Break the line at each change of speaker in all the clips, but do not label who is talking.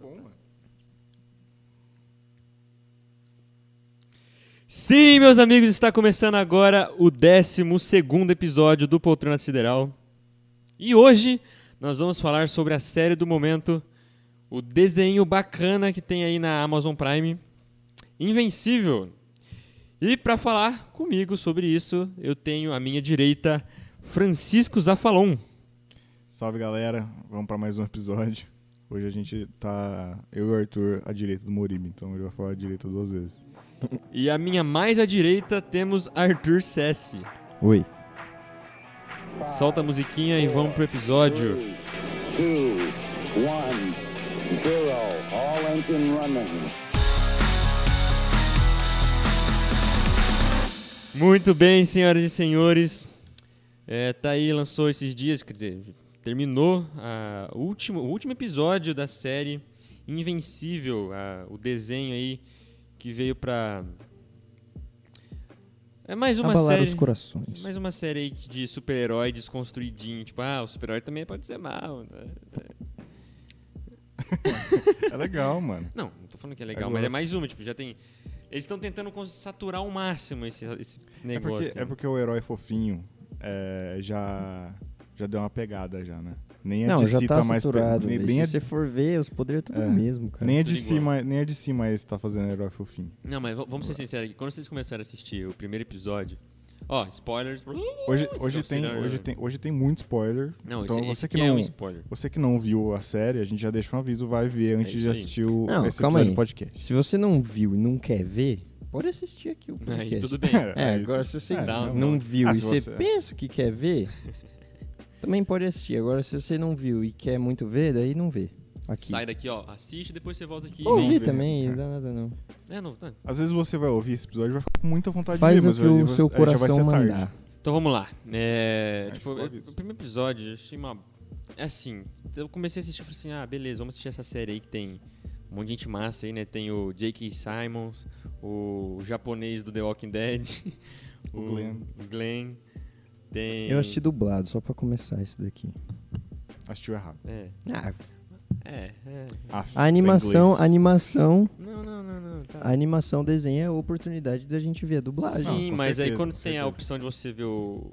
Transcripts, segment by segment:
Bom, mano.
Sim, meus amigos, está começando agora o 12 episódio do Poltrona Sideral. E hoje nós vamos falar sobre a série do momento, o desenho bacana que tem aí na Amazon Prime, Invencível. E para falar comigo sobre isso, eu tenho à minha direita Francisco Zafalon.
Salve galera, vamos pra mais um episódio. Hoje a gente tá. Eu e o Arthur à direita do Moribe, então ele vai falar à direita duas vezes.
E à minha mais à direita temos Arthur Sessi.
Oi.
Solta a musiquinha e vamos pro episódio.
Three, two, one, zero. All engine running.
Muito bem, senhoras e senhores. É, tá aí, lançou esses dias, quer dizer, terminou a último, o último episódio da série Invencível, a- o desenho aí que veio pra. É mais uma
Abalar
série.
os corações.
Mais uma série aí que- de super-herói desconstruidinho. Tipo, ah, o super-herói também pode ser mal. né?
É legal, mano.
Não, não tô falando que é legal,
Eu
mas é
gosto.
mais uma, tipo, já tem. Eles estão tentando cons- saturar ao máximo esse, esse
É
negócio. né?
porque, é porque o herói fofinho é, já, já deu uma pegada já, né? Nem a
Não,
de
já
si
tá
mais pe-
saturado.
nem,
velho.
nem,
Se
a,
você for ver, os poderes é tudo
É.
o mesmo, cara.
nem a
tudo
de si
igual.
mais, nem a de si mais tá fazendo herói fofinho.
Não, mas v- vamos ser sinceros aqui. Quando vocês começaram a assistir o primeiro episódio. Ó, spoilers.
Hoje,
Esse
hoje,
não,
tem,
será-
hoje, tem, hoje tem muito spoiler.
Não,
então
esse, esse
você
aqui
que não.
é um spoiler. É
Você que não viu a série, a gente já deixou um aviso, vai ver antes
isso
de
aí.
assistir o
Não,
esse
calma
episódio do
aí.
podcast.
Se você não viu e não quer ver, pode assistir aqui o podcast.
Aí tudo bem.
É,
Aí
agora
você-
se você
É,
dá
não-
um-
não viu
Ah,
e
se
você
você-
pensa que quer ver, também pode assistir. Agora, se você não viu e quer muito ver, daí não vê. Aqui.
Sai né? daqui, ó. Assiste, depois você volta aqui. e
Ou
vem.
vi
vê.
também,
É.
não dá nada não.
É, não, tá.
Às vezes você vai ouvir esse episódio e vai ficar com muita vontade de
Faz
ver,
o
mas
que
aí
o
você-
seu
aí já vai ser
coração
tarde.
mandar.
Então vamos lá. É,
Acho
tipo,
que eu
eu-
aviso.
o primeiro episódio, eu achei uma. é Assim, eu comecei a assistir e falei assim: ah, beleza, vamos assistir essa série aí que tem um monte de gente massa aí, né? Tem o J.K. Simons, o japonês do The Walking Dead,
O Glenn.
o Glenn, tem.
Eu assisti dublado, só pra começar isso daqui.
Assistiu errado.
É,
Ah,
é, é.
Ah,
a
tá em
animação,
inglês.
a animação,
Não, não, não, não. Tá.
a animação desenha é a oportunidade da gente ver a dublagem.
Não,
Sim,
com
mas aí
certeza,
quando
com
tem a
certeza.
opção de você ver o,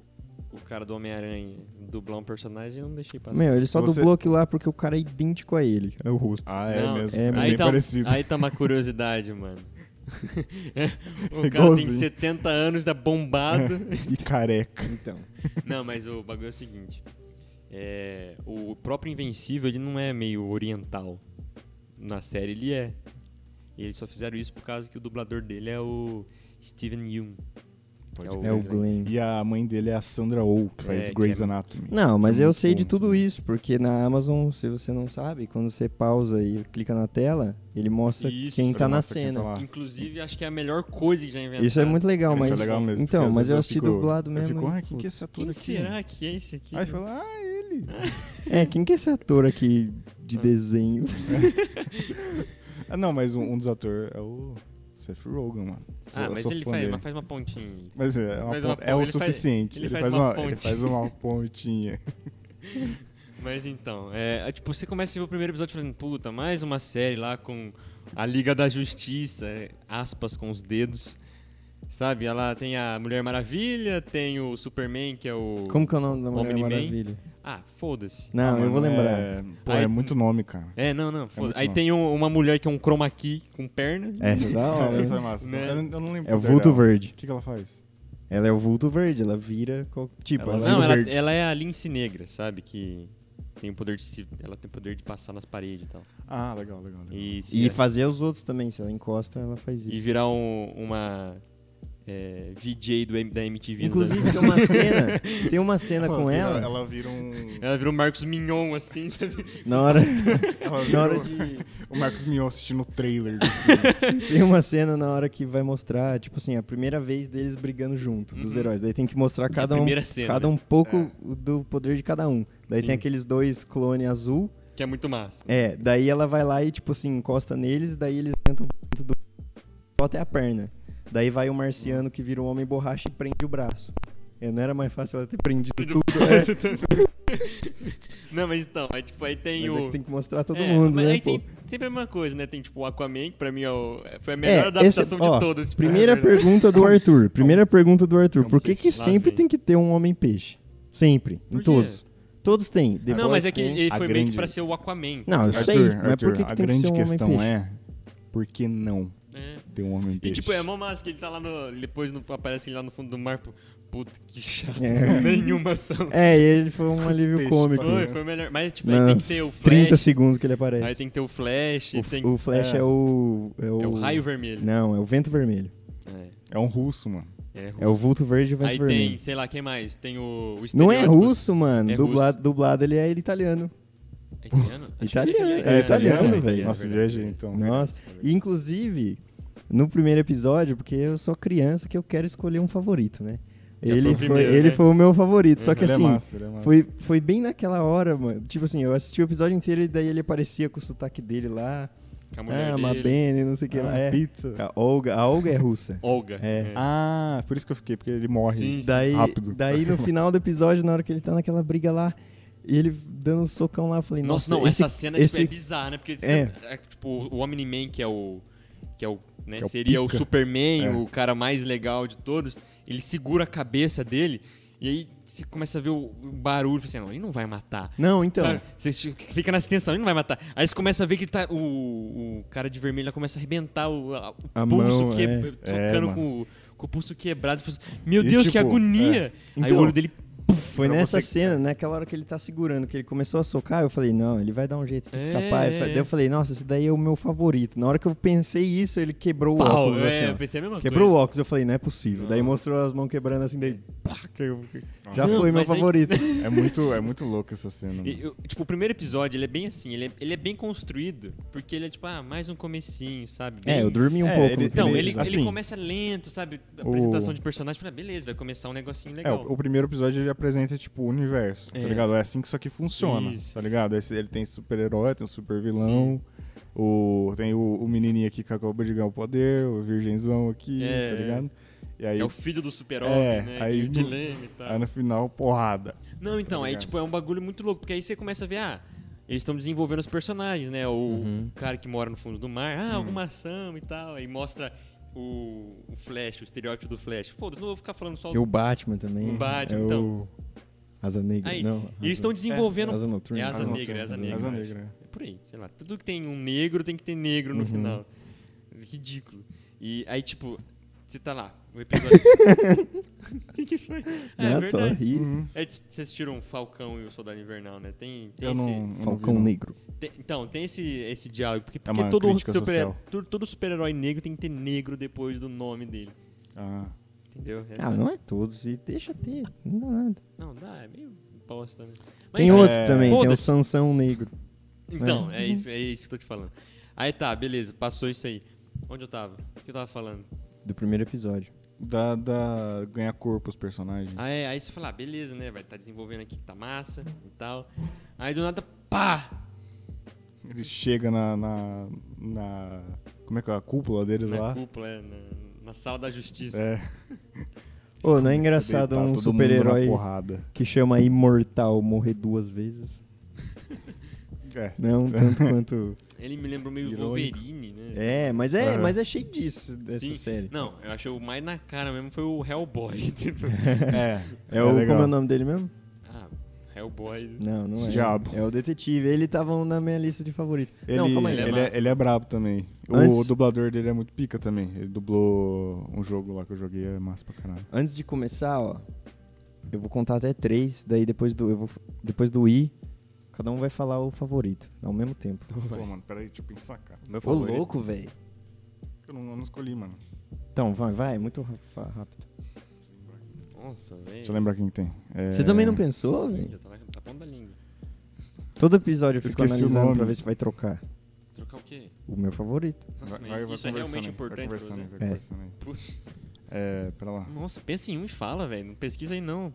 o cara do Homem-Aranha dublar um personagem, eu não deixei passar.
Meu, ele só
Você-
dublou aquilo lá porque o cara é idêntico a ele. É o rosto.
Ah, é
Não,
mesmo.
é
É,
mesmo.
aí,
bem
tá,
parecido. É
aí tá uma curiosidade, mano. o cara tem
Igualzinho.
70 anos, tá bombado.
E careca.
Então.
não, mas o bagulho é o seguinte. é, o próprio Invencível, ele não é meio oriental. Na série ele é. E eles só fizeram isso por causa que o dublador dele é o Steven Yeun. que
Pode
É o Glenn.
E a mãe dele é a Sandra Oh, que faz
É,
Grey's
que é-
Anatomy.
Não, mas eu
muito
sei de
bom.
tudo isso, porque na Amazon, se você não sabe, quando você pausa e clica na tela, ele mostra
Isso,
quem
Ele
tá na
mostra quem tá
cena.
lá.
Inclusive, acho que é a melhor coisa que já inventaram.
Isso é muito legal,
Isso
mas.
é legal mesmo. porque
Então,
às
mas
vezes
eu assisti
fico-
dublado mesmo. tipo,
Eu fico,
e,
ah, quem que é
putz.
esse ator
Quem
aqui?
será que é esse aqui?
Aí você fala, ah, ele.
É, quem que é esse ator aqui de desenho?
Ah, não, mas um, um dos atores é o Seth Rogen, mano. Sou-
ah,
eu
mas
sou
ele
fã
faz,
dele.
mas faz uma pontinha.
Mas é, é uma
faz uma
pon- é
ponte, ele
o
faz-
suficiente.
ele faz uma
Ele
ponte.
faz uma pontinha.
Mas então, é, é, tipo, você começa a ver o primeiro episódio falando, puta, mais uma série lá com a Liga da Justiça, é, aspas com os dedos. Sabe? Ela tem a Mulher Maravilha, tem o Superman, que é o.
Como que é o nome da Mulher
Omni-Man?
Maravilha?
Ah, foda-se.
Não, eu
mano,
vou lembrar.
É, pô,
Aí-
é muito nome, cara.
É, não, não. foda
muito
Aí
bom.
tem um- uma mulher que é um chroma key com perna.
Essa é da hora.
Essa é
hein?
massa.
Né?
Eu, não- eu não lembro.
É o
dela.
vulto
O
verde.
que, que ela faz?
Ela é o vulto verde, ela vira. qual- Tipo,
Ela
ela,
não,
vira
ela,
verde.
ela é a lince negra, sabe? Que tem o poder de se, Ela tem o poder de passar nas paredes e tal.
Ah, legal, legal. legal.
E, se é.
E
ela-
fazer os outros também. Se ela encosta, ela faz
e
isso.
virar um- uma é, VJ do, M- né? da MTV. nos anos
Inclusive, tem uma cena. Tem uma cena com
vira-
ela.
Ela vira um.
Ela virou Marcos Mignon, assim, sabe?
Na hora,
Ela
na
vira
hora
o-
de.
O Marcos Mion assistindo o trailer. desse-
Tem uma cena na hora que vai mostrar, tipo assim, a primeira vez deles brigando junto, dos
Uhum.
heróis. Daí tem que mostrar cada um,
primeira cena,
cada
né?
um pouco do poder de cada um. Daí
Sim.
tem aqueles dois clone azul.
Que é muito massa.
É, daí ela vai lá e, tipo assim, encosta neles, daí eles tentam dentro do. bota é a perna. Daí vai o marciano que vira um homem borracha e prende o braço. É, não era mais fácil ela ter prendido tudo. né?
Não, mas então, aí, tipo, aí tem
Mas
o.
é que tem que mostrar todo
É,
mundo,
mas
né,
aí
pô?
tem sempre a mesma coisa, né? Tem tipo o Aquaman, que pra mim é o- foi a melhor
esse-
adaptação
ó,
de todas. tipo,
Primeira
é verdade.
pergunta do Arthur. Primeira pergunta do Arthur.
um
Por que, que
peixe. Lá
sempre
vem.
tem que ter um homem peixe? Sempre.
Por
Em
quê?
todos. Todos têm. The
Não,
Boys
mas é que
tem.
ele
a
foi meio que
grande-
pra ser o Aquaman.
Não, eu
Arthur,
sei, mas
Arthur,
por que, que
a
tem que
grande
ser um homem
questão
peixe?
é por que não
É.
ter um homem
E
peixe?
tipo, é mó massa que ele tá lá no. Depois no- aparece ele lá no fundo do mar. pô, Puta, que chato.
É.
Nenhuma ação.
É, ele foi um alívio
peixes
cômico.
passando.
Foi,
né?
foi o melhor. Mas tipo, aí tem
Nas
que ter o
30
Flash.
segundos que ele
Aí
aparece.
tem que ter o Flash.
O,
tem-
o Flash é,
é.
o, é o.
É o raio vermelho.
Não, é o vento vermelho.
É um russo, mano.
É,
É o
russo.
vulto verde e o vento
Aí
vermelho.
tem, sei lá, quem mais? Tem o. o
Não é
estereótipo-
russo, mano.
É
dublado,
russo.
dublado ele é ele italiano.
É italiano? Acho que
Italiano,
É,
É
italiano,
italiano,
velho.
velho.
Nossa,
é verdade.
viajei então.
Nossa. E, inclusive, no primeiro episódio, porque eu sou criança que eu quero escolher um favorito, né?
Já
Ele
foi o
foi,
primeiro,
ele
né?
foi o meu favorito. Só que
Ele é
assim,
massa, ele é massa.
foi, foi bem naquela hora, mano. Tipo assim, eu assisti o episódio inteiro e daí ele aparecia com o sotaque dele lá.
Com a mulher
Ah, uma
dele.
Bene, não sei o que lá.
Ah,
É.
pizza.
A Olga, a Olga é russa.
Olga.
É.
Ah, por isso que eu fiquei, porque ele morre
Sim, sim.
Daí,
rápido.
daí no final do episódio, na hora que ele tá naquela briga lá, e ele dando um socão lá, eu falei,
Nossa,
nossa,
não,
esse-
essa cena tipo,
esse,
é bizarra, né? Porque
É.
você- é, tipo, o Omni-Man, que é o. Que é o né,
Que é o
seria o
pica.
Superman,
É.
o cara mais legal de todos. Ele segura a cabeça dele e aí você começa a ver o o barulho. Fala assim, não, ele não vai matar.
Não, então.
Sabe? Você chi- fica nessa tensão, ele não vai matar. Aí você começa a ver que ele tá, o, o cara de vermelho lá começa a arrebentar o, a- o
A
pulso
mão,
que,
é.
É,
tocando
mano.
com, o- com o pulso quebrado. Você fala assim, Meu
E,
Deus, que
tipo,
agonia! aí o
Então,
olho dele
Foi
Pra
nessa
você-
cena, naquela hora que ele tá segurando, que ele começou a socar, eu falei, não, ele vai dar um jeito de
É,
escapar.
é,
Eu fa- Daí
é.
eu falei, nossa, esse daí é o meu favorito. Na hora que eu pensei isso, ele quebrou o
pau.
óculos,
É,
assim, ó.
eu pensei a mesma
Quebrou
coisa.
o óculos, eu falei, não é possível. Daí mostrou as mãos quebrando assim, daí. pá, caiu. Já
Não,
foi meu
mas aí-
favorito.
É muito, é muito louco essa cena.
E,
mano.
eu- tipo, o primeiro episódio, ele é bem assim, ele é, ele é bem construído, porque ele é tipo, ah, mais um comecinho, sabe? Bem-
É, eu dormi um
É,
pouco.
ele-
no assim.
Então,
primeiro
ele, ele
episódio.
começa lento, sabe? A
O-
apresentação de personagem, fala, ah, beleza, vai começar um negocinho
É,
legal.
o, o primeiro episódio ele apresenta, tipo, o universo,
É.
tá ligado? É assim que isso aqui funciona,
Isso.
tá ligado? Esse- ele tem super-herói, tem um super-vilão, o, tem o, o menininho aqui que acabou de ganhar o poder, o virgenzão aqui,
É.
tá ligado? E aí,
Que é o filho do super-homem,
É,
né?
aí
Tem o
no-
dilema e tal.
aí no final, porrada.
Não, então,
Tá
aí
ligado?
tipo, é um bagulho muito louco, porque aí você começa a ver, ah, eles estão desenvolvendo os personagens, né? O cara que mora no fundo do mar, ah, alguma ação e tal. Aí mostra o, o Flash, o estereótipo do Flash. Foda-se, não vou ficar falando só
Tem Assim, o Batman também.
O Batman,
é
então.
O... Asa Negra.
Aí, e
não, Asa-
eles estão desenvolvendo.
Asa Noturna.
É Asa
Noturna,
Negra, é Asa
Asa
Negra.
Negra,
eu acho.
né?
É por aí, sei lá. Tudo que tem um negro tem que ter negro no final. Ridículo. E aí, tipo, você tá lá, o episódio. O que, que foi? Ah, é
Nada, só
verdade.
ri.
Uhum.
É, t- vocês tiram o Falcão e o Soldado Invernal, né? Tem, tem
Eu
esse.
não, eu não vi,
Falcão
não.
Negro.
tem- então, tem esse, esse diálogo.
É
Porque,
uma
porque todo,
crítica
super,
social.
todo, todo super-herói negro tem que ter negro depois do nome dele.
Ah,
Entendeu? Essa-
Ah, não é todos. E deixa ter. Não dá nada.
Não, dá, é meio bosta, né? Mas
Tem
enfim.
outro
é,
também, tem um o
foda-se.
Sansão Negro.
Então,
É.
é, isso, é isso que eu tô te falando. Aí tá, beleza, passou isso aí. Onde eu tava? O que eu tava falando?
Do primeiro episódio.
dá, dá ganhar corpo os personagens.
Ah, é, aí você fala, ah, beleza, né? Vai tá desenvolvendo aqui que tá massa e tal. Aí do nada, pá!
Ele chega na, na, na- Como é que é? A cúpula deles
Na
lá.
cúpula, é, na, na sala da justiça.
É.
Ô, não é engraçado
Deitar
um
tá todo mundo na
super-herói
porrada.
que chama Imortal morrer duas vezes?
É.
Não, tanto quanto.
Ele me lembra meio
Irônico.
Wolverine, né?
É, mas é,
É.
mas é cheio disso, dessa
Sim.
série.
Não, eu achei o mais na cara mesmo foi o Hellboy. tipo.
É,
É, o,
legal.
como é o nome dele mesmo?
ah, Hellboy.
Não, não é.
Diabo.
É o detetive. Ele tava na minha lista de favoritos.
Ele,
não, calma aí.
ele,
Ele é
é,
massa.
ele é brabo também. O
Antes-
dublador dele é muito pica também. Ele dublou um jogo lá que eu joguei, é massa pra caralho.
Antes de começar, ó, eu vou contar até três, daí depois do, eu vou, depois do I, cada um vai falar o favorito, ao mesmo tempo.
Pô, mano, peraí, deixa eu pensar, cara.
Meu
Ô, louco, velho.
Eu não, eu não escolhi, mano.
Então, vai, vai, muito ra- fa- rápido.
Nossa,
Deixa eu
velho.
lembrar quem tem. É,
Você também não pensou,
Sim,
velho?
Já tá na tá ponta da língua.
Todo episódio eu fico
Esqueci o
analisando
nome.
pra ver se vai trocar.
Trocar o quê?
O meu favorito.
Nossa,
Vai-
mas
vai- vai
isso é realmente
conversando aí,
importante pra você.
Vai
É.
conversando aí, vai
Putz.
conversando aí. É, pera lá.
Nossa, pensa em um e fala, velho. Não pesquisa aí, não.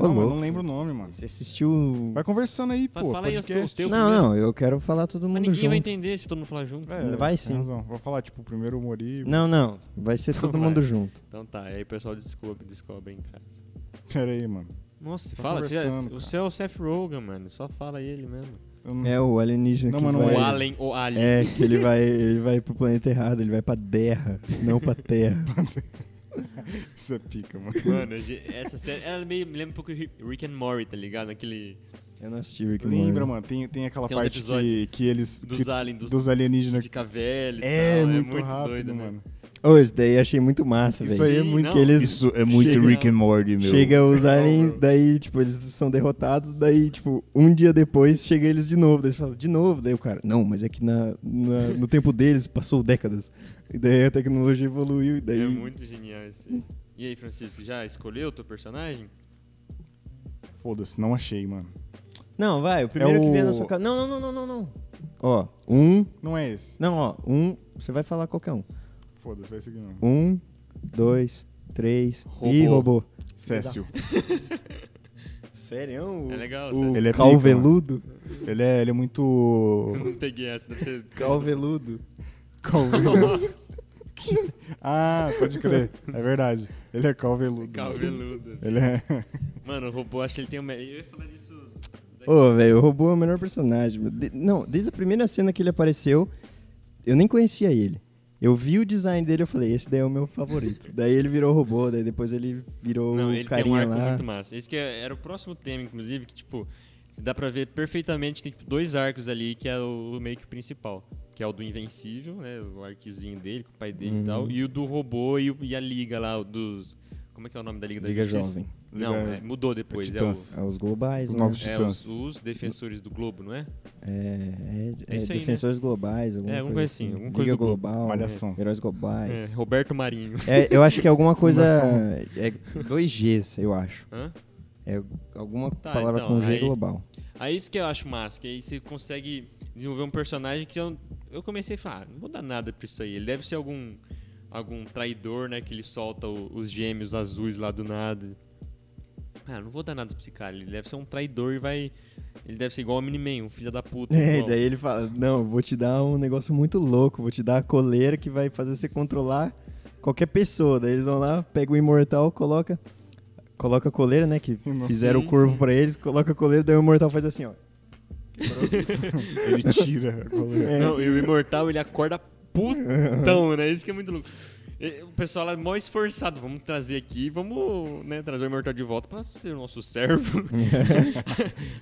Ô,
não, eu
louco.
não lembro o nome, mano.
Você assistiu... o-
Vai conversando aí,
Vai,
pô.
fala aí os
podcast.
teus-
Não,
primeiro.
não, eu quero falar todo
Mas
mundo
ninguém
junto.
vai entender se todo mundo falar junto.
É,
Vai
tem
sim.
razão. Vou falar, tipo, primeiro o Mori.
Não, não, vai ser
Então
todo
vai.
mundo junto.
Então tá, aí o pessoal descobre, descobre em casa.
Pera aí, mano.
Nossa,
Tá
fala. Você, já-
conversando,
o
cara.
seu é o Seth Rogan, mano. Só fala ele mesmo.
Eu não-
É o
Hum. Não,
alienígena que
mas não
vai...
O Alien, o Alien.
É, que ele vai, ele vai pro planeta errado, ele vai pra terra, não pra terra.
Isso é pica, mano.
Mano, ge- essa série, ela meio, me lembra um pouco Rick- Rick and Morty, tá ligado? Aquele
Eu não assisti Rick and Morty.
Lembra, mano, tem, tem aquela
Tem uns
parte que,
episódios
que eles.
dos
que-
aliens, dos,
dos
né?
alienígenas.
fica velho e
É,
tal.
muito, rápido,
doido, né?
mano.
Ô, isso daí eu achei muito massa,
Isso
velho.
aí é
Sim,
muito.
não.
Que eles
Isso é muito
chega-
Rick and Morty, meu.
Chega os
Não,
aliens,
meu.
daí, tipo, eles são derrotados, daí, tipo, um dia depois chega eles de novo, daí eles falam, de novo, daí o cara, não, mas é que na, na- no tempo deles passou décadas. E daí a tecnologia evoluiu, e daí.
É muito genial isso. aí. E aí, Francisco, já escolheu o teu personagem?
Foda-se, não achei, mano.
Não, vai, o primeiro
É
que vier na
o-
sua casa. Não, não, não, não, não, não. Ó, um.
Não é esse.
Não, ó, um. Você vai falar qualquer um.
Foda-se, vai seguir mesmo.
Um, dois, três. Ih,
Robô.
robô.
Cécio.
Sério?
É legal,
o
Ele é pica,
calveludo?
Ele é, ele é muito.
Eu não peguei essa, deve ser...
Calveludo.
Calveludo.
Nossa,
ah, pode crer. É verdade. Ele é calveludo.
Calveludo.
Ele é.
Mano, o robô, acho que ele tem o... me- Eu ia falar disso... daqui.
Ô, velho, o robô é o melhor personagem. meu. De- não, desde a primeira cena que ele apareceu, eu nem conhecia ele. Eu vi o design dele, eu falei, esse daí é o meu favorito. daí ele virou robô, daí depois ele virou
Não,
o
ele tem um
carinha
arco
lá.
muito massa. Esse que é- era o próximo tema, inclusive, que, tipo, se dá pra ver perfeitamente, tem tipo, dois arcos ali, que é o, o meio que o principal. Que é o do Invencível, né? O arquezinho dele, com o pai dele e
Uhum.
tal. E o do robô e, o- e a liga lá, o dos. Como é que é o nome da Liga da
Liga
Justiça?
Jovem.
Não,
Liga-
é, mudou depois. É, o,
Titãs.
É os globais,
Os
né?
novos-
é
Titãs.
os, os defensores do Globo, não é?
É, é,
É
é
isso aí,
defensores globais, alguma
É, alguma coisa
coisa
assim,
assim.
alguma
Liga
coisa do globo.
global,
Malhação.
heróis
É,
globais.
Roberto Marinho.
É, eu acho que é alguma coisa...
Fundação.
É dois Gs, eu acho.
Hã?
É alguma
Tá,
palavra
então,
com G
aí-
global.
Aí isso que eu acho massa, que aí você consegue desenvolver um personagem que eu, eu comecei a falar, ah, não vou dar nada pra isso aí. Ele deve ser algum algum traidor, né, que ele solta o- os gêmeos azuis lá do nada. Ah, não vou dar nada pra esse cara, ele deve ser um traidor e vai... Ele deve ser igual o Miniman, um filho da puta.
É, e
igual.
daí ele fala, não, vou te dar um negócio muito louco, vou te dar a coleira que vai fazer você controlar qualquer pessoa. Daí eles vão lá, pega o imortal, coloca coloca a coleira, né, que
Nossa,
fizeram
sim,
o corpo
sim.
pra eles, coloca a coleira, daí o imortal faz assim, ó.
Ele tira é a coleira.
Não, e o Imortal, ele acorda putão, né, isso que é muito louco. E O pessoal lá é mó esforçado, vamos trazer aqui, vamos né, trazer o Imortal de volta pra ser o nosso servo.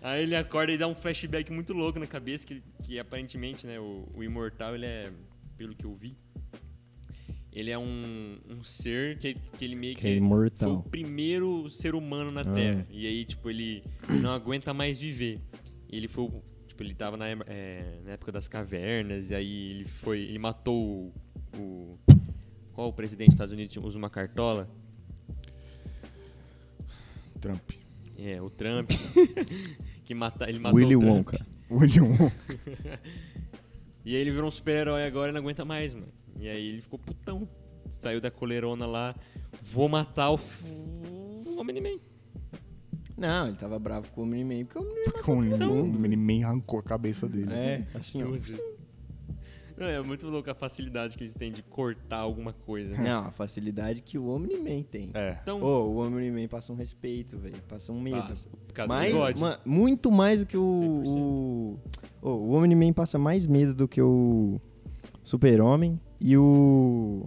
Aí ele acorda e dá um flashback muito louco na cabeça, que, que aparentemente, né, o, o imortal, ele é, pelo que eu vi, ele é um, um ser que, que ele meio que,
Que é
foi o
imortal.
primeiro ser humano na
Ah.
Terra. E aí, tipo, ele não aguenta mais viver. E ele foi, o- tipo, ele tava na, em- é, na época das cavernas, e aí ele foi, ele matou o... o- qual o presidente dos Estados Unidos usa uma cartola?
Trump.
É, o Trump. que mata, ele matou
Willy
o Trump.
Wonka.
William Wonka.
E aí ele virou um super-herói agora e não aguenta mais, mano. E aí ele ficou putão. Saiu da coleirona lá. Vou matar o. f- o Omni-Man.
Não, ele tava bravo com o Omni-Man, porque é o Omni-Man matou
Com
todo mundo.
ele nem arrancou a cabeça dele.
É, assim, ó.
Não, é muito louco a facilidade que eles têm de cortar alguma coisa. né?
Não, a facilidade que o Omni-Man tem.
É.
Então,
Ô, o Omni-Man passa um respeito, velho, passa um medo.
passa, por causa do
Mais,
bigode.
ma- muito mais do que o.
100%.
O, Ô, o Omni-Man passa mais medo do que o Super-Homem e o.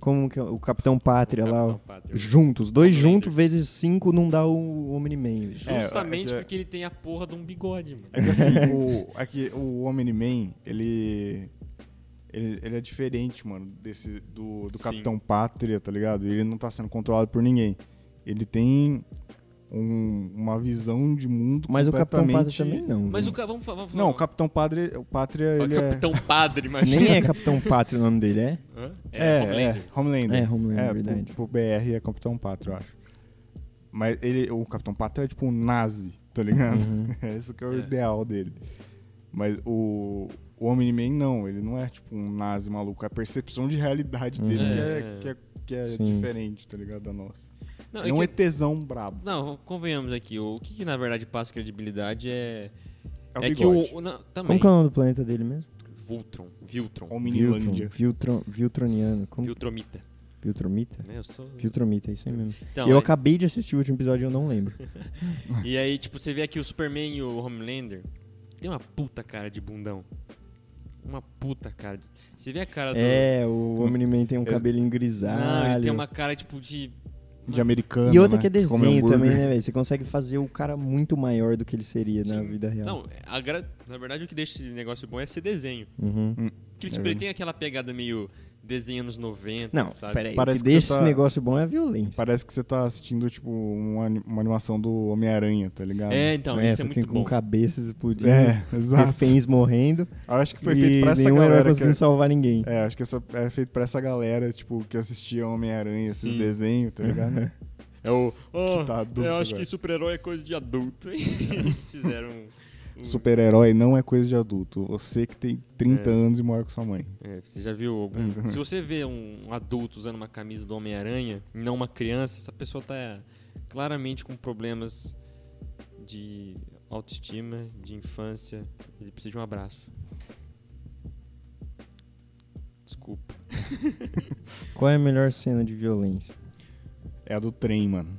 Como que é? O Capitão Pátria
O
lá.
Capitão
ó.
Pátria.
Juntos, dois
Homelander.
juntos vezes cinco não dá o Omni-Man. velho.
É,
Justamente
é que-
porque ele tem a porra de um bigode, mano.
É que assim, o, é que o Omni-Man, ele, ele. Ele é diferente, mano, desse, do, do
Sim.
Capitão Pátria, tá ligado? Ele não tá sendo controlado por ninguém. Ele tem um- uma visão de mundo.
Mas o Capitão Pátria
completamente-
também não.
Mas o
velho.
ca- vamos falar. Vamos
Não, o
falar.
Capitão Pátria, o Pátria
Ó,
ele é
Capitão Padre, imagina.
Nem é Capitão Pátria o nome dele, é?
Hã?
é.
É,
É,
Homelander.
é, Homelander.
É, Homelander,
pro-
verdade.
Pro, BR é Capitão Pátria, eu acho. Mas ele, o Capitão Pátria é tipo um nazi, tá ligado?
Uhum.
É Esse que é o
É.
ideal dele. Mas o, o Omni-Man não, ele não é tipo um nazi maluco. É a percepção de realidade
Uhum.
dele
É.
que é, que é, que é
Sim.
diferente, tá ligado? Da nossa.
Não,
Não, é,
que-
tesão brabo.
Não, convenhamos aqui. O que, que, na verdade passa credibilidade é.
É o
que
bigode.
o. o- não, também.
Como que é o nome do planeta dele mesmo?
Vultron. Viltron.
Omnilândia. é
Viltron- Viltroniano. Como...
Viltromita.
Piltromita?
né? Eu sou...
Piltromita, é isso aí mesmo.
Então,
eu
é-
acabei de assistir o último episódio e eu não lembro.
E aí, tipo, você vê aqui o Superman e o Homelander. Tem uma puta cara de bundão. Uma puta cara. de- Você vê a cara do.
É, o Omni-Man tem um
Eu-
cabelinho
Não, ele
grisalho.
tem uma cara, tipo, de.
De americano.
E outra que é
né? come
desenho
hambúrguer.
também, né, velho? Você consegue fazer o cara muito maior do que ele seria na
Sim.
vida real.
Não, a gra- na verdade o que deixa esse negócio bom é esse desenho.
Uhum.
Que tipo, ele tem aquela pegada meio desenho anos 90,
Não,
sabe?
peraí.
Parece
o
que
que deixa
você tá-
esse negócio bom é a violência.
Parece que você tá assistindo, tipo, uma, ani- uma animação do Homem-Aranha, tá ligado?
É, então,
Essa
isso é muito
Né? com
bom.
cabeças explodindo,
É, exato.
reféns morrendo
Eu acho que foi
e
feito pra essa
nenhum herói
galera. Que,
conseguindo salvar ninguém.
é, acho que essa, é feito pra essa galera, tipo, que assistia Homem-Aranha, esses
Sim.
desenhos, tá ligado?
Uhum.
É o.
Que tá adulto
eu acho que
agora.
super-herói é coisa de adulto. Eles fizeram. um- um-
Super-herói não é coisa de adulto. Você que tem 30
É.
anos e mora com sua mãe.
É, você já viu algum. Se você vê um adulto usando uma camisa do Homem-Aranha e não uma criança, essa pessoa tá claramente com problemas de autoestima, de infância. Ele precisa de um abraço. Desculpa.
Qual é a melhor cena de violência?
É a do trem, mano.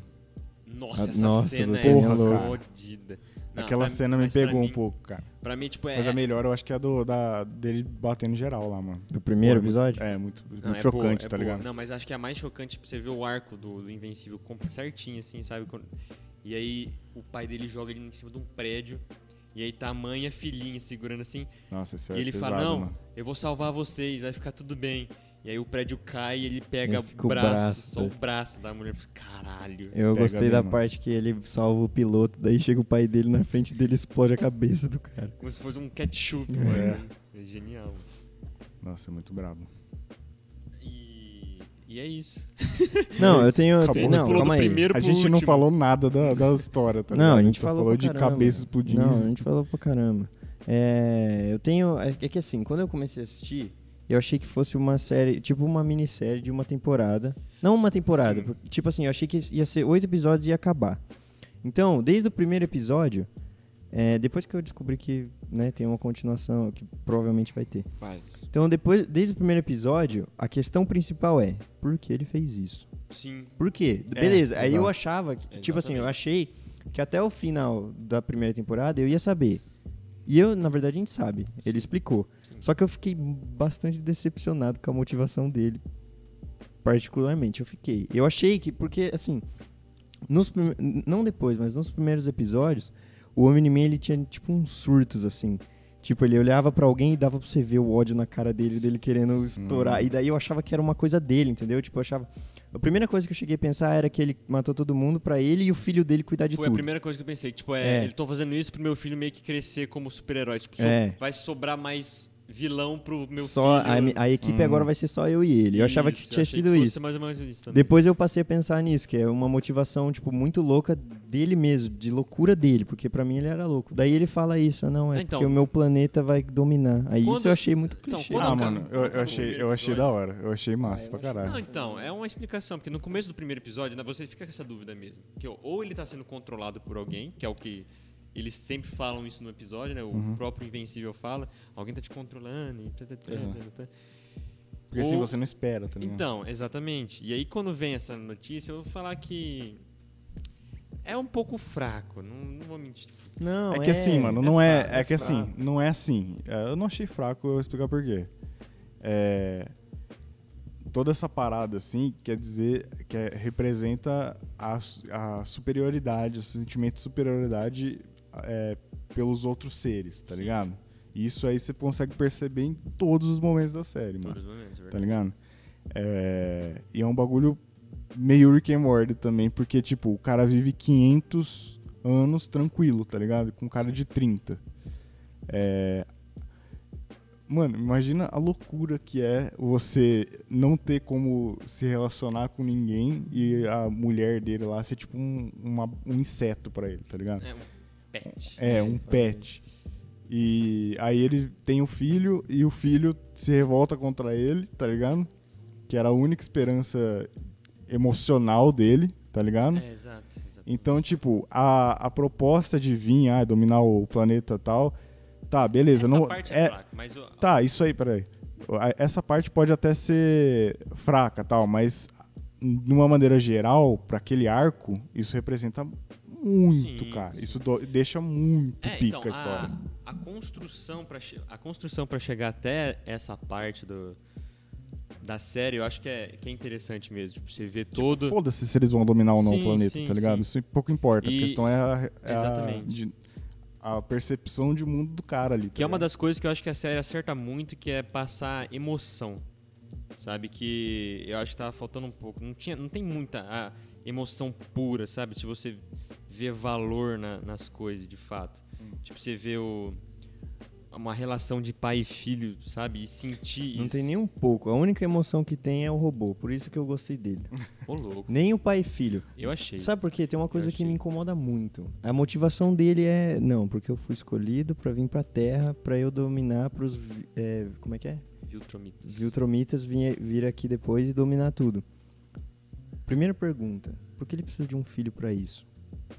Nossa,
Ah,
essa
nossa,
cena é
doutor, cara.
fodida. Não,
Aquela
pra-
cena me
mas pra
pegou
mim-
um pouco, cara.
Pra mim, tipo, é.
Mas a melhor eu acho que é a do, da, dele batendo geral lá, mano.
Do primeiro
Pô,
episódio?
É, muito, muito
Não, é boa,
chocante,
é
tá
boa.
ligado?
Não, mas acho que é a mais chocante pra você ver o arco do, do Invencível com- certinho, assim, sabe? Quando- E aí o pai dele joga ele em cima de um prédio. E aí tá a mãe e a filhinha segurando assim.
Nossa, isso é
e ele
pesado,
fala: Não,
mano.
eu vou salvar vocês, vai ficar tudo bem. E aí o prédio cai e ele pega
Aí fica
o
o
braço,
braço,
só o
é.
né?
braço da mulher. Eu falei, Caralho.
Eu
Pega
gostei da
mesmo.
parte que ele salva o piloto, daí chega o pai dele na frente dele e explode a cabeça do cara.
Como se fosse um ketchup, mano. É genial.
Nossa, é muito brabo.
E, e é isso.
Não, eu tenho. Eu
Acabou.
tenho
Você
não,
falou do
calma aí.
primeiro
A
pro
gente não
último.
falou nada da, da história, tá ligado?
Não, a gente
só
falou,
falou
pra
de
caramba.
cabeça explodindo.
Não, a gente falou pra caramba. É, eu tenho. É que assim, quando eu comecei a assistir, eu achei que fosse uma série, tipo uma minissérie de uma temporada. Não uma temporada,
Sim.
porque, tipo assim, eu achei que ia ser oito episódios e ia acabar. Então, desde o primeiro episódio, é, depois que eu descobri que né, tem uma continuação, que provavelmente vai ter.
Mas,
Então, depois, desde o primeiro episódio, a questão principal é: por que ele fez isso?
sim.
Por quê?
É,
Beleza, aí eu
exato.
achava, que, tipo assim, eu
Exatamente.
achei que até o final da primeira temporada eu ia saber. E eu, na verdade, a gente sabe, ele explicou.
Sim.
Só que eu fiquei bastante decepcionado com a motivação dele. Particularmente, eu fiquei. Eu achei que, porque assim, nos prime- não depois, mas nos primeiros episódios, o Omni-Man ele tinha tipo uns surtos assim. Tipo, ele olhava pra alguém e dava pra você ver o ódio na cara dele, dele querendo estourar. E daí eu achava que era uma coisa dele, entendeu? Tipo, eu achava. A primeira coisa que eu cheguei a pensar era que ele matou todo mundo pra ele e o filho dele cuidar de
Foi a
tudo.
primeira coisa que eu pensei. Tipo, é,
É.
eles estão fazendo isso pro meu filho meio que crescer como super-herói. Tipo, so-
É.
vai sobrar mais vilão pro meu
só
filho.
a, mi- a equipe
Hum.
agora vai ser só eu e ele. Eu achava que
Isso, eu
tinha
achei
sido
fosse
isso.
mais ou menos isso também.
Depois eu passei a pensar nisso, que é uma motivação, tipo, muito louca dele mesmo, de loucura dele, porque pra mim ele era louco. Daí ele fala isso, não, é
Ah, então.
porque o meu planeta vai dominar. Aí
Quando-
isso eu achei muito
então,
clichê.
quando
Ah,
acaba-
mano, eu, eu
acaba o
achei, eu
primeiro
achei da
episódio.
hora. Eu achei massa pra
Não,
caralho.
então, é uma explicação, porque no começo do primeiro episódio, né, você fica com essa dúvida mesmo. Que ou ele tá sendo controlado por alguém, que é o que eles sempre falam isso no episódio, né? O
Uhum.
próprio Invencível fala, alguém tá te controlando e... tã, tã, tã,
Uhum.
tã, tã.
Porque assim
Ou-
você não espera, tá ligado?
Então, exatamente. E aí quando vem essa notícia, eu vou falar que é um pouco fraco, não, não vou mentir.
Não,
é que assim, mano, não é.
fraco,
É, que assim,
fraco.
não é assim. É, Eu não achei fraco, eu vou explicar por quê. É, toda essa parada, assim, quer dizer, que é- representa a, su- a superioridade, o sentimento de superioridade é, pelos outros seres, tá ligado? E Isso aí você consegue perceber em todos os momentos da série, mano.
Todos os momentos, é
tá
verdade.
ligado? É, e é um bagulho meio Rick and Morty também, porque, tipo, o cara vive 500 anos tranquilo, tá ligado? Com um cara de 30. É, mano, imagina a loucura que é você não ter como se relacionar com ninguém e a mulher dele lá ser, tipo, um, uma- um inseto pra ele, tá ligado?
É um pet.
É, um pet. E aí ele tem um filho e o filho se revolta contra ele, tá ligado? Que era a única esperança emocional dele, tá ligado?
É, exato, exato.
Então, tipo, a, a proposta de vir, ah, dominar o planeta e tal, tá,
Essa
beleza. não,
parte é,
é,
fraca, mas o-
Tá, isso aí, peraí. A- Essa parte pode até ser fraca tal, mas de uma maneira geral, para aquele arco, isso representa muito,
Sim,
cara.
sim.
Isso do- deixa muito
É,
pica
então,
a história.
A, a construção para a construção para chegar até essa parte do da série, eu acho que é, que é interessante mesmo. Tipo, você vê todo
Foda-se se eles vão dominar ou não
Sim,
o planeta,
sim,
tá ligado?
sim.
Isso pouco importa.
E-
A questão é a, é a-
Exatamente.
de- a percepção de mundo do cara ali. tá
Que é uma
ligado?
das coisas que eu acho que a série acerta muito, que é passar emoção. Sabe? Que eu acho que tava faltando um pouco. Não, tinha, não tem muita ah, emoção pura, sabe? Se você vê valor na- nas coisas, de fato. Tipo, você vê o, uma relação de pai e filho, sabe? E sentir
Não
isso.
tem nem um pouco. A única emoção que tem é o robô. Por isso que eu gostei dele.
Ô, louco.
Nem o pai e filho.
Eu achei.
Sabe por quê? Tem uma coisa
Eu
que
achei.
me incomoda muito. A motivação dele é, não, porque eu fui escolhido pra vir pra Terra, pra eu dominar pros, vi- é, como é que é?
Viltromitas.
Viltromitas vir, vir aqui depois e dominar tudo. Primeira pergunta, por que ele precisa de um filho pra isso?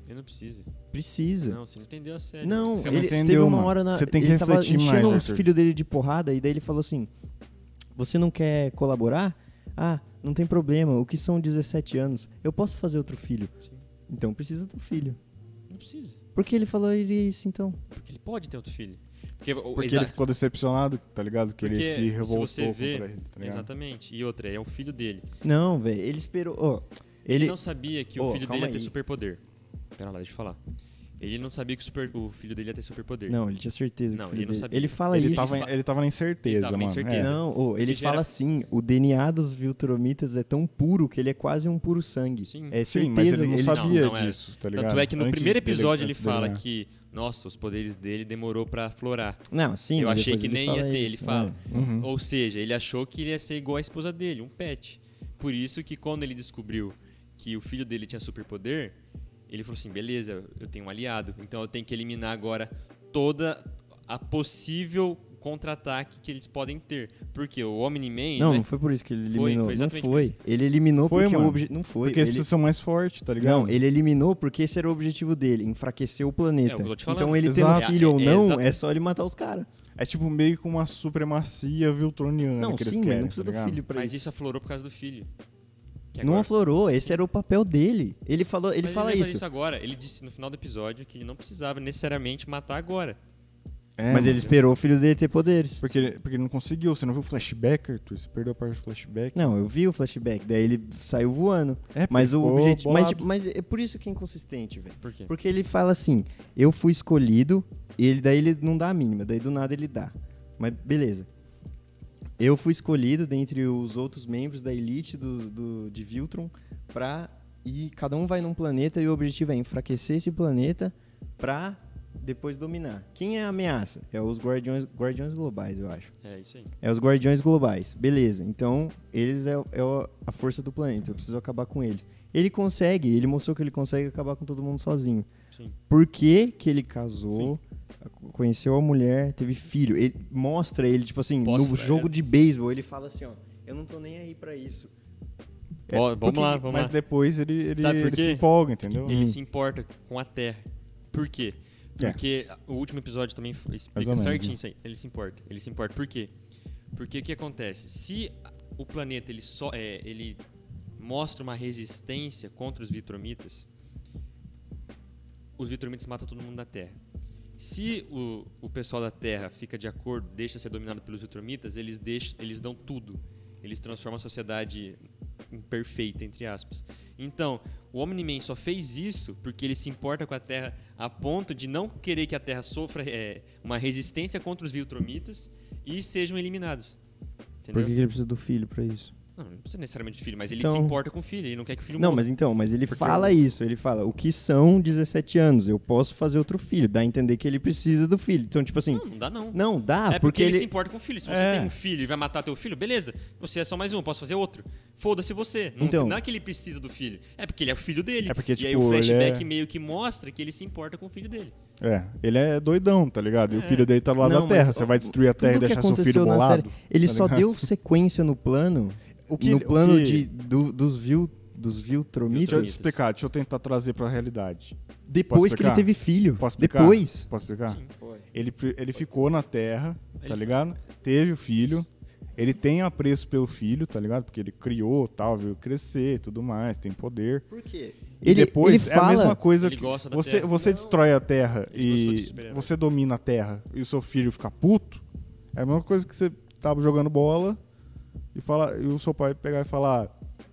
Eu não preciso.
Precisa.
Não, você não entendeu a série.
Não,
Você não
ele
entendeu,
teve uma
mano.
hora na.
Você tem que
ele tava
refletir mais,
enchendo os
Arthur.
filhos dele de porrada e daí ele falou assim: Você não quer colaborar? Ah, não tem problema, o que são 17 anos? Eu posso fazer outro filho.
Sim.
Então precisa do filho.
Não precisa.
Por que ele falou ele isso então?
Porque ele pode ter outro filho. Porque, o-
Porque
exa-
ele ficou decepcionado, tá ligado? Que ele
Porque
se revoltou
você vê-
contra ele, tá ligado?
Exatamente. E outra, é o filho dele.
Não, velho, ele esperou. ó,
Ele
ele.
não sabia que
Ô,
o filho
calma
dele ia ter
aí.
superpoder. Pera lá, deixa eu falar. Ele não sabia que o, super- o filho dele ia ter superpoder.
Não, ele tinha certeza
Não,
que o filho
ele não
dele-
sabia.
Ele fala
Ele
isso.
tava, ele tava na incerteza,
Ele tava na
mano.
incerteza.
É.
Não, ô, ele
Porque gera-
fala assim: o DNA dos Viltromitas é tão puro que ele é quase um puro sangue.
Sim.
É certeza
Sim, mas ele não
ele-
sabia
Não, não era.
disso, tá ligado?
Tanto é que no
Antes
primeiro
dele-
episódio ele
antes dele né?
fala
ganhar.
que, nossa, os poderes dele demorou pra aflorar.
Não, sim.
eu
mas
achei
depois
que nem
ele
ia
fala
ter,
isso,
ele fala.
né?
Uhum.
Ou seja, ele achou que ele ia ser igual a esposa dele, um pet. Por isso que quando ele descobriu que o filho dele tinha superpoder, ele falou assim, beleza, eu tenho um aliado, então eu tenho que eliminar agora toda a possível contra-ataque que eles podem ter. Porque o Omni-Man...
Não,
né,
não foi por isso que ele
Foi,
eliminou.
foi
não
exatamente por
foi.
isso.
Ele eliminou
Foi,
porque o
mano.
obje... Não foi.
Porque eles
ele...
precisam mais forte, tá ligado?
Não, ele eliminou porque esse era o objetivo dele, enfraquecer o planeta.
É, eu tô te falando.
então ele
Exato.
tendo filho ou
É, é
não,
exato.
é, só ele matar os caras.
É tipo meio que uma supremacia viltroniana
Não,
É, que eles
sim,
querem.
mas não precisa
tá
do
ligado?
filho pra
Mas
isso.
isso aflorou por causa do filho. Que
Não
agora-
aflorou, esse era o papel dele. Ele falou, ele
Mas
fala
vai fazer
isso.
agora. Ele disse no final do episódio que ele não precisava necessariamente matar agora.
É,
mas
mano.
ele esperou o filho dele ter poderes.
Porque, ele- porque ele não conseguiu, você não viu o flashback, Arthur? Você perdeu a parte do flashback.
Não, eu vi o flashback, daí ele saiu voando.
É,
Mas o
ficou
objetivo. Mas,
bolado.
mas é por isso que é inconsistente, velho.
Por quê?
Porque ele fala assim, eu fui escolhido, e ele, daí ele não dá a mínima, daí do nada ele dá. Mas beleza. Eu fui escolhido dentre os outros membros da elite do, do- de Viltron pra. E cada um vai num planeta e o objetivo é enfraquecer esse planeta pra depois dominar. Quem é a ameaça? É os guardiões, guardiões globais, eu acho.
É isso aí.
É os guardiões globais. Beleza. Então, eles é, é o- a força do planeta. Eu preciso acabar com eles. Ele consegue, ele mostrou que ele consegue acabar com todo mundo sozinho.
Sim.
Por que, que ele casou, conheceu a mulher, teve filho? Ele mostra ele, tipo assim,
Posso,
no
é.
jogo de beisebol, ele fala assim, ó, eu não tô nem aí pra isso. É,
Ó, vamos
porque-
lá, vamos
Mas
lá.
depois ele, ele,
Sabe por
ele se
quê?
empolga, entendeu? Hum.
Ele se importa com a Terra. Por quê?
É.
Porque o último episódio também f-
Mais
explica
ou menos,
certinho
né?
isso aí. Ele se importa. Ele se importa. Por quê? Porque o que acontece? Se a- o planeta ele só é, ele mostra uma resistência contra os vitromitas, os vitromitas matam todo mundo da Terra. Se o, o pessoal da Terra fica de acordo, deixa ser dominado pelos vitromitas, eles deixam, eles dão tudo. Eles transformam a sociedade imperfeita, entre aspas. Então, o Omni-Man só fez isso porque ele se importa com a Terra a ponto de não querer que a Terra sofra é, uma resistência contra os Viltromitas e sejam eliminados. Entendeu?
Por que, que ele precisa do filho pra isso?
Não, não precisa necessariamente de filho, mas ele
Então-
se importa com o filho, ele não quer que o filho
Não,
morra.
mas então, mas ele
um Porque
fala isso, ele fala, o que são 17 anos? Eu posso fazer outro filho. Dá a entender que ele precisa do filho. Então, tipo assim,
Não, não dá não.
não, dá,
é porque, ele...
ele
se importa com o filho. Se você
Ah, É.
tem um filho e vai matar teu filho, beleza. Você é só mais um, posso fazer outro. Foda-se você. Não,
Então-
não é que ele precisa do filho. É porque ele é o filho dele.
É porque,
e aí
tipo,
o
ele
flashback
é-
meio que mostra que ele se importa com o filho dele.
É, ele é doidão, tá ligado? E o
É.
filho dele tá do lado
Não,
da terra.
mas,
Você
ó,
vai destruir a
tudo
terra e
que
deixar seu filho
aconteceu na
bolado.
série, ele
tá
só
ligado?
deu sequência no plano,
O que-
no
o que-
plano de, do- dos, vil, dos
Deixa eu
Viltromitas,
te explicar, deixa eu tentar trazer pra realidade.
depois
Posso
que ele
explicar?
teve filho.
Posso explicar?
depois.
Posso explicar?
Sim.
Ele, pri- ele ficou na terra, tá
Ele-
ligado? Teve o filho. Ele tem apreço pelo filho, tá ligado? Porque ele criou, tal, viu crescer, tudo mais, tem poder.
Por quê?
E depois é a mesma coisa
Ele
que
gosta da
você
terra.
você destrói a terra
Ele gostou de
e
super-herói.
você domina a terra e o seu filho fica puto. É a mesma coisa que você tava jogando bola e fala e o seu pai pegar e falar "Ah,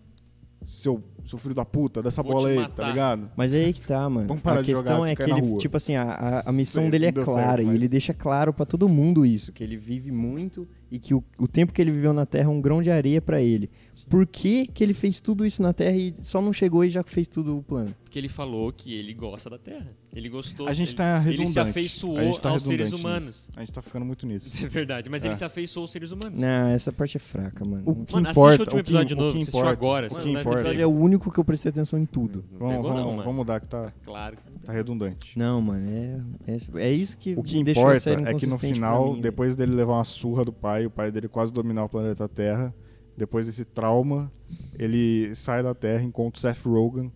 seu seu filho da puta, dessa
Vou
bola
te
aí,
matar."
tá ligado?
Mas é aí que tá, mano.
Vamos parar
a
de
questão
jogar,
é
fica
que
aí na
ele,
rua.
tipo assim, a, a, a missão
Sei,
dele é
não deu
clara
certo,
e
mas-
ele deixa claro pra todo mundo isso, que ele vive muito e que o, o tempo que ele viveu na Terra é um grão de areia pra ele. Por que que ele fez tudo isso na Terra e só não chegou e já fez tudo o plano?
Porque ele falou que ele gosta da Terra. Ele gostou.
A gente
ele,
tá redundante.
Ele se
A
afeiçoou
gente tá
aos seres
redundante
humanos.
nisso. A gente tá ficando muito nisso.
É verdade, mas ele
É. Né?
se afeiçoou aos seres humanos.
Não, essa parte é fraca, mano.
O que
Mano, assiste
importa,
o último
que-
episódio de
o
novo,
que
você assistiu
importa,
agora,
o
você não
que
deve ter
importa.
episódio
Ele é o único que eu prestei atenção em tudo.
Não
Vamos,
pegou
vamos,
não, mano.
vamos mudar que tá,
Claro. que não.
tá redundante.
Não, mano, é, é, é isso que
O que
deixou a
importa
série
é que no
inconsistente pra
final,
mim, né? velho.
depois dele levar uma surra do pai, o pai dele quase dominar o planeta Terra, depois desse trauma, ele sai da Terra, encontra o Seth Rogen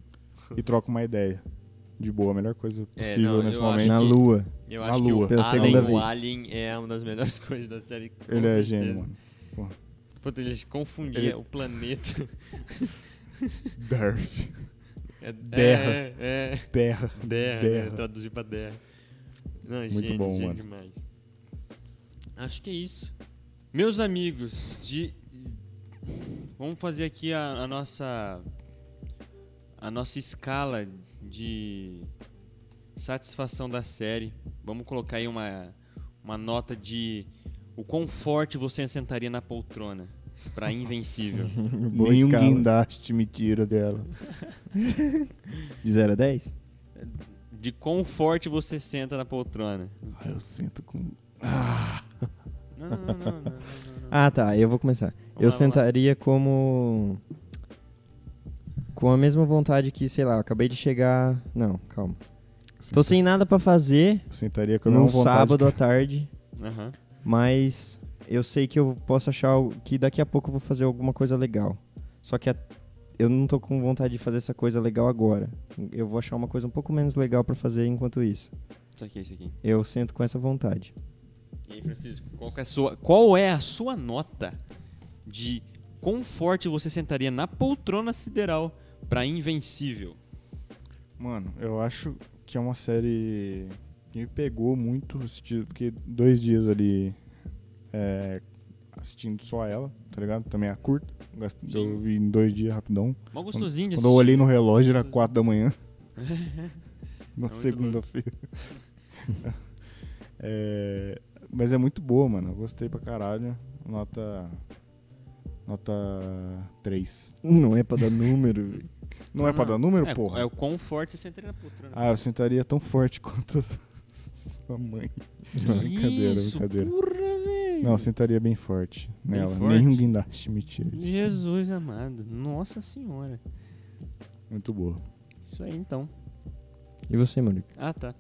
e troca uma ideia. De boa, a melhor coisa
É,
possível
não,
nesse
eu acho
momento.
Na
que-
lua.
Eu
Na
acho
lua.
que o
Pela segunda
Alien, o
vez.
Alien é uma das melhores coisas da série. com
Ele é
certeza.
gênio, mano.
Puta, eles confundiam
Ele-
o planeta.
Derf.
É,
Terra.
É, é.
Terra.
Derra,
Derra.
né? Traduzir pra Derra. Não,
Muito
gênio,
bom,
gênio
mano.
demais. Acho que é isso. Meus amigos, de... vamos fazer aqui a, a nossa a nossa escala de satisfação da série. Vamos colocar aí uma, uma nota de o quão forte você assentaria na poltrona pra Invencível.
Boa
Nenhum
escala.
guindaste me tira dela.
De 0 a 10?
De quão forte você senta na poltrona.
Ah, eu sinto com.
Não, não, não, não, não, não, não.
Ah, tá. Eu vou começar.
Vamos
eu
lá, vamos lá.
sentaria como. Com a mesma vontade que, sei lá, eu acabei de chegar. Não, calma. Tô sem nada pra fazer
Eu sentaria com a
Então, num
mesma vontade
sábado
que-
à tarde,
Aham.
mas eu sei que eu posso achar algo- que daqui a pouco eu vou fazer alguma coisa legal. Só que a- eu não tô com vontade de fazer essa coisa legal agora. Eu vou achar uma coisa um pouco menos legal pra fazer enquanto isso.
Isso aqui, isso aqui.
Eu sento com essa vontade.
E aí, Francisco, qual, que é a sua, qual é a sua nota de quão forte você sentaria na poltrona sideral pra Invencível?
Mano, eu acho que é uma série que me pegou muito, assistindo, porque dois dias ali é, assistindo só ela, tá ligado? Também a curta. gast-
Sim.
Eu vi em dois dias rapidão.
Mó gostosinho de
Quando eu
assistir.
olhei no relógio, era quatro da manhã. Na
muito
segunda-feira. É, mas é muito boa, mano. Eu gostei pra caralho. Nota. Nota 3.
Não é pra dar número.
Não, é pra dar número,
é,
porra?
É o quão forte você sentaria na poltrona.
Ah, eu sentaria tão forte quanto sua mãe. Ah, brincadeira,
Isso,
brincadeira.
porra, velho.
Não, eu sentaria bem forte
Bem
nela.
forte?
Nenhum guindaste me tira. disso.
Jesus amado. Nossa senhora.
Muito boa.
Isso aí, então.
E você, Monique?
Ah, tá.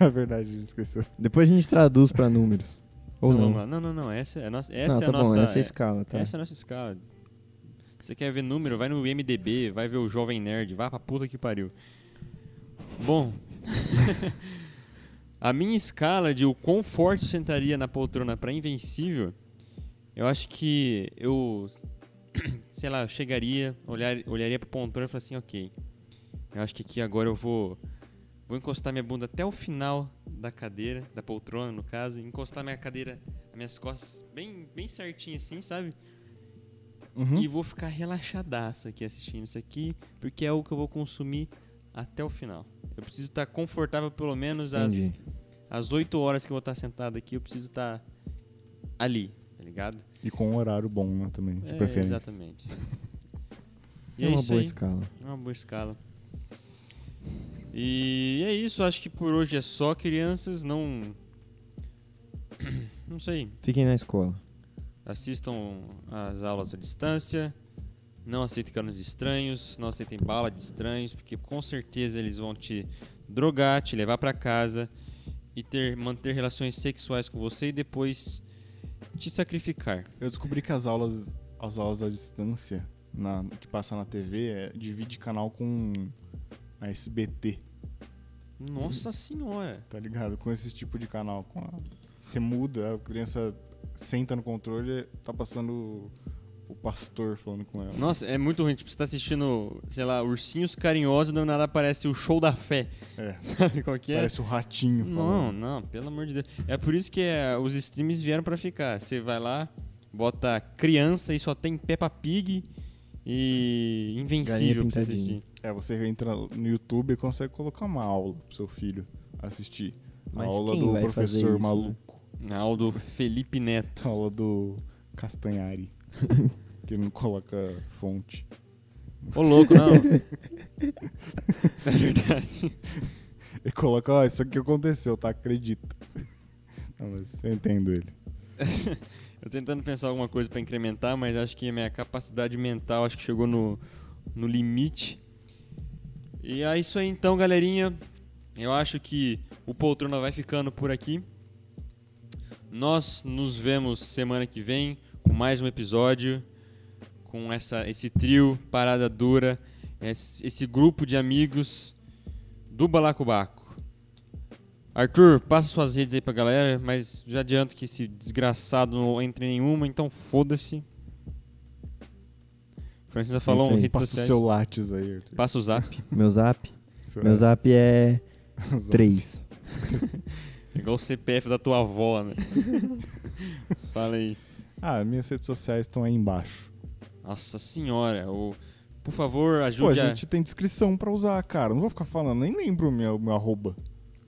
Na É verdade, ele esqueceu.
Depois a gente traduz pra números. Ou
Então,
não.
vamos lá. Não, não, não. Essa é a nossa... Essa
não,
é
tá
a nossa
bom, essa é
é-
a escala, tá?
Essa é a nossa escala. Você quer ver número? Vai no MDB, vai ver o Jovem Nerd, vá pra puta que pariu. Bom, a minha escala de o quão forte eu sentaria na poltrona pra Invencível, eu acho que eu, sei lá, eu chegaria, olhar, olharia pra poltrona e falaria assim, ok, eu acho que aqui agora eu vou, vou encostar minha bunda até o final da cadeira, da poltrona no caso, encostar minha cadeira, minhas costas bem, bem certinho assim, sabe?
Uhum.
e vou ficar relaxadaço aqui assistindo isso aqui, porque é o que eu vou consumir até o final. Eu preciso estar confortável pelo menos às,
Entendi.
às 8 horas que eu vou estar sentado aqui, eu preciso estar ali, tá ligado?
E com um horário bom, né, também, de
É,
preferência.
exatamente. E
É
é,
uma
isso
boa
aí,
escala.
é uma boa escala. E é isso, acho que por hoje é só, crianças, não... Não sei,
Fiquem na escola.
Assistam as aulas à distância. Não aceitem canos de estranhos. Não aceitem bala de estranhos. Porque com certeza eles vão te drogar, te levar pra casa e ter, manter relações sexuais com você e depois te sacrificar.
Eu descobri que as aulas, as aulas à distância, na- que passa na TV, é- divide canal com a SBT,
Nossa senhora!
tá ligado? Com esse tipo de canal. Com a- você muda, a criança senta no controle, tá passando o, o pastor falando com ela.
Nossa, é muito ruim. Tipo, você tá assistindo, sei lá, Ursinhos Carinhosos, do nada aparece o Show da Fé.
É,
Sabe qual que é?
parece o ratinho
Não,
falando.
não, pelo amor de Deus. É por isso que é, os streams vieram pra ficar. Você vai lá, bota criança e só tem Peppa Pig e Invencível
Galinha
pra você
Pintadinha.
assistir.
É, você entra no YouTube e consegue colocar uma aula pro seu filho assistir. A
Mas
aula
quem
do
vai fazer
professor
isso, né?
maluco.
Na aula do Felipe Neto.
A aula do Castanhari. que não coloca fonte.
Ô louco, não. é verdade.
Ele coloca, ó, isso aqui aconteceu, tá? Acredita. Não, mas eu entendo ele.
Eu tentando pensar alguma coisa pra incrementar, mas acho que a minha capacidade mental acho que chegou no, no limite. E é isso aí então, galerinha. Eu acho que o Poltrona vai ficando por aqui. Nós nos vemos semana que vem com mais um episódio, com essa, esse trio Parada Dura, esse, esse grupo de amigos do Balacobaco. Arthur, passa suas redes aí pra galera, mas já adianto que esse desgraçado não entra em nenhuma, então foda-se. Francisca falou
isso aí.
redes
Passa o
sociais.
seu látis aí. Arthur.
Passa o zap.
Meu zap?
Seu-
Meu zap é
zap.
3.
Igual o CPF da tua avó, né? Fala aí.
Ah, minhas redes sociais estão aí embaixo.
Nossa senhora, o... por favor,
Pô, a
ajude a,
gente tem descrição pra usar, cara. Não vou ficar falando, nem lembro o meu, meu arroba.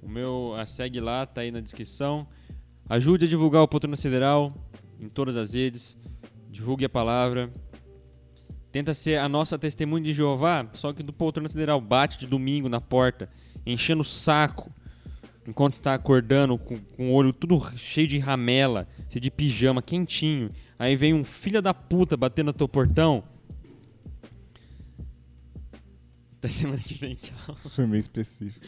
o meu. A segue lá, tá aí na descrição. Ajude a divulgar o Poltrona Federal em todas as redes. Divulgue a palavra. Tenta ser a nossa testemunha de Jeová, só que do Poltrona Federal bate de domingo na porta, enchendo o saco. Enquanto está acordando com, com o olho tudo cheio de ramela, você de pijama, quentinho. Aí vem um filho da puta batendo no teu portão. Até semana que vem, tchau.
Isso foi meio é específico.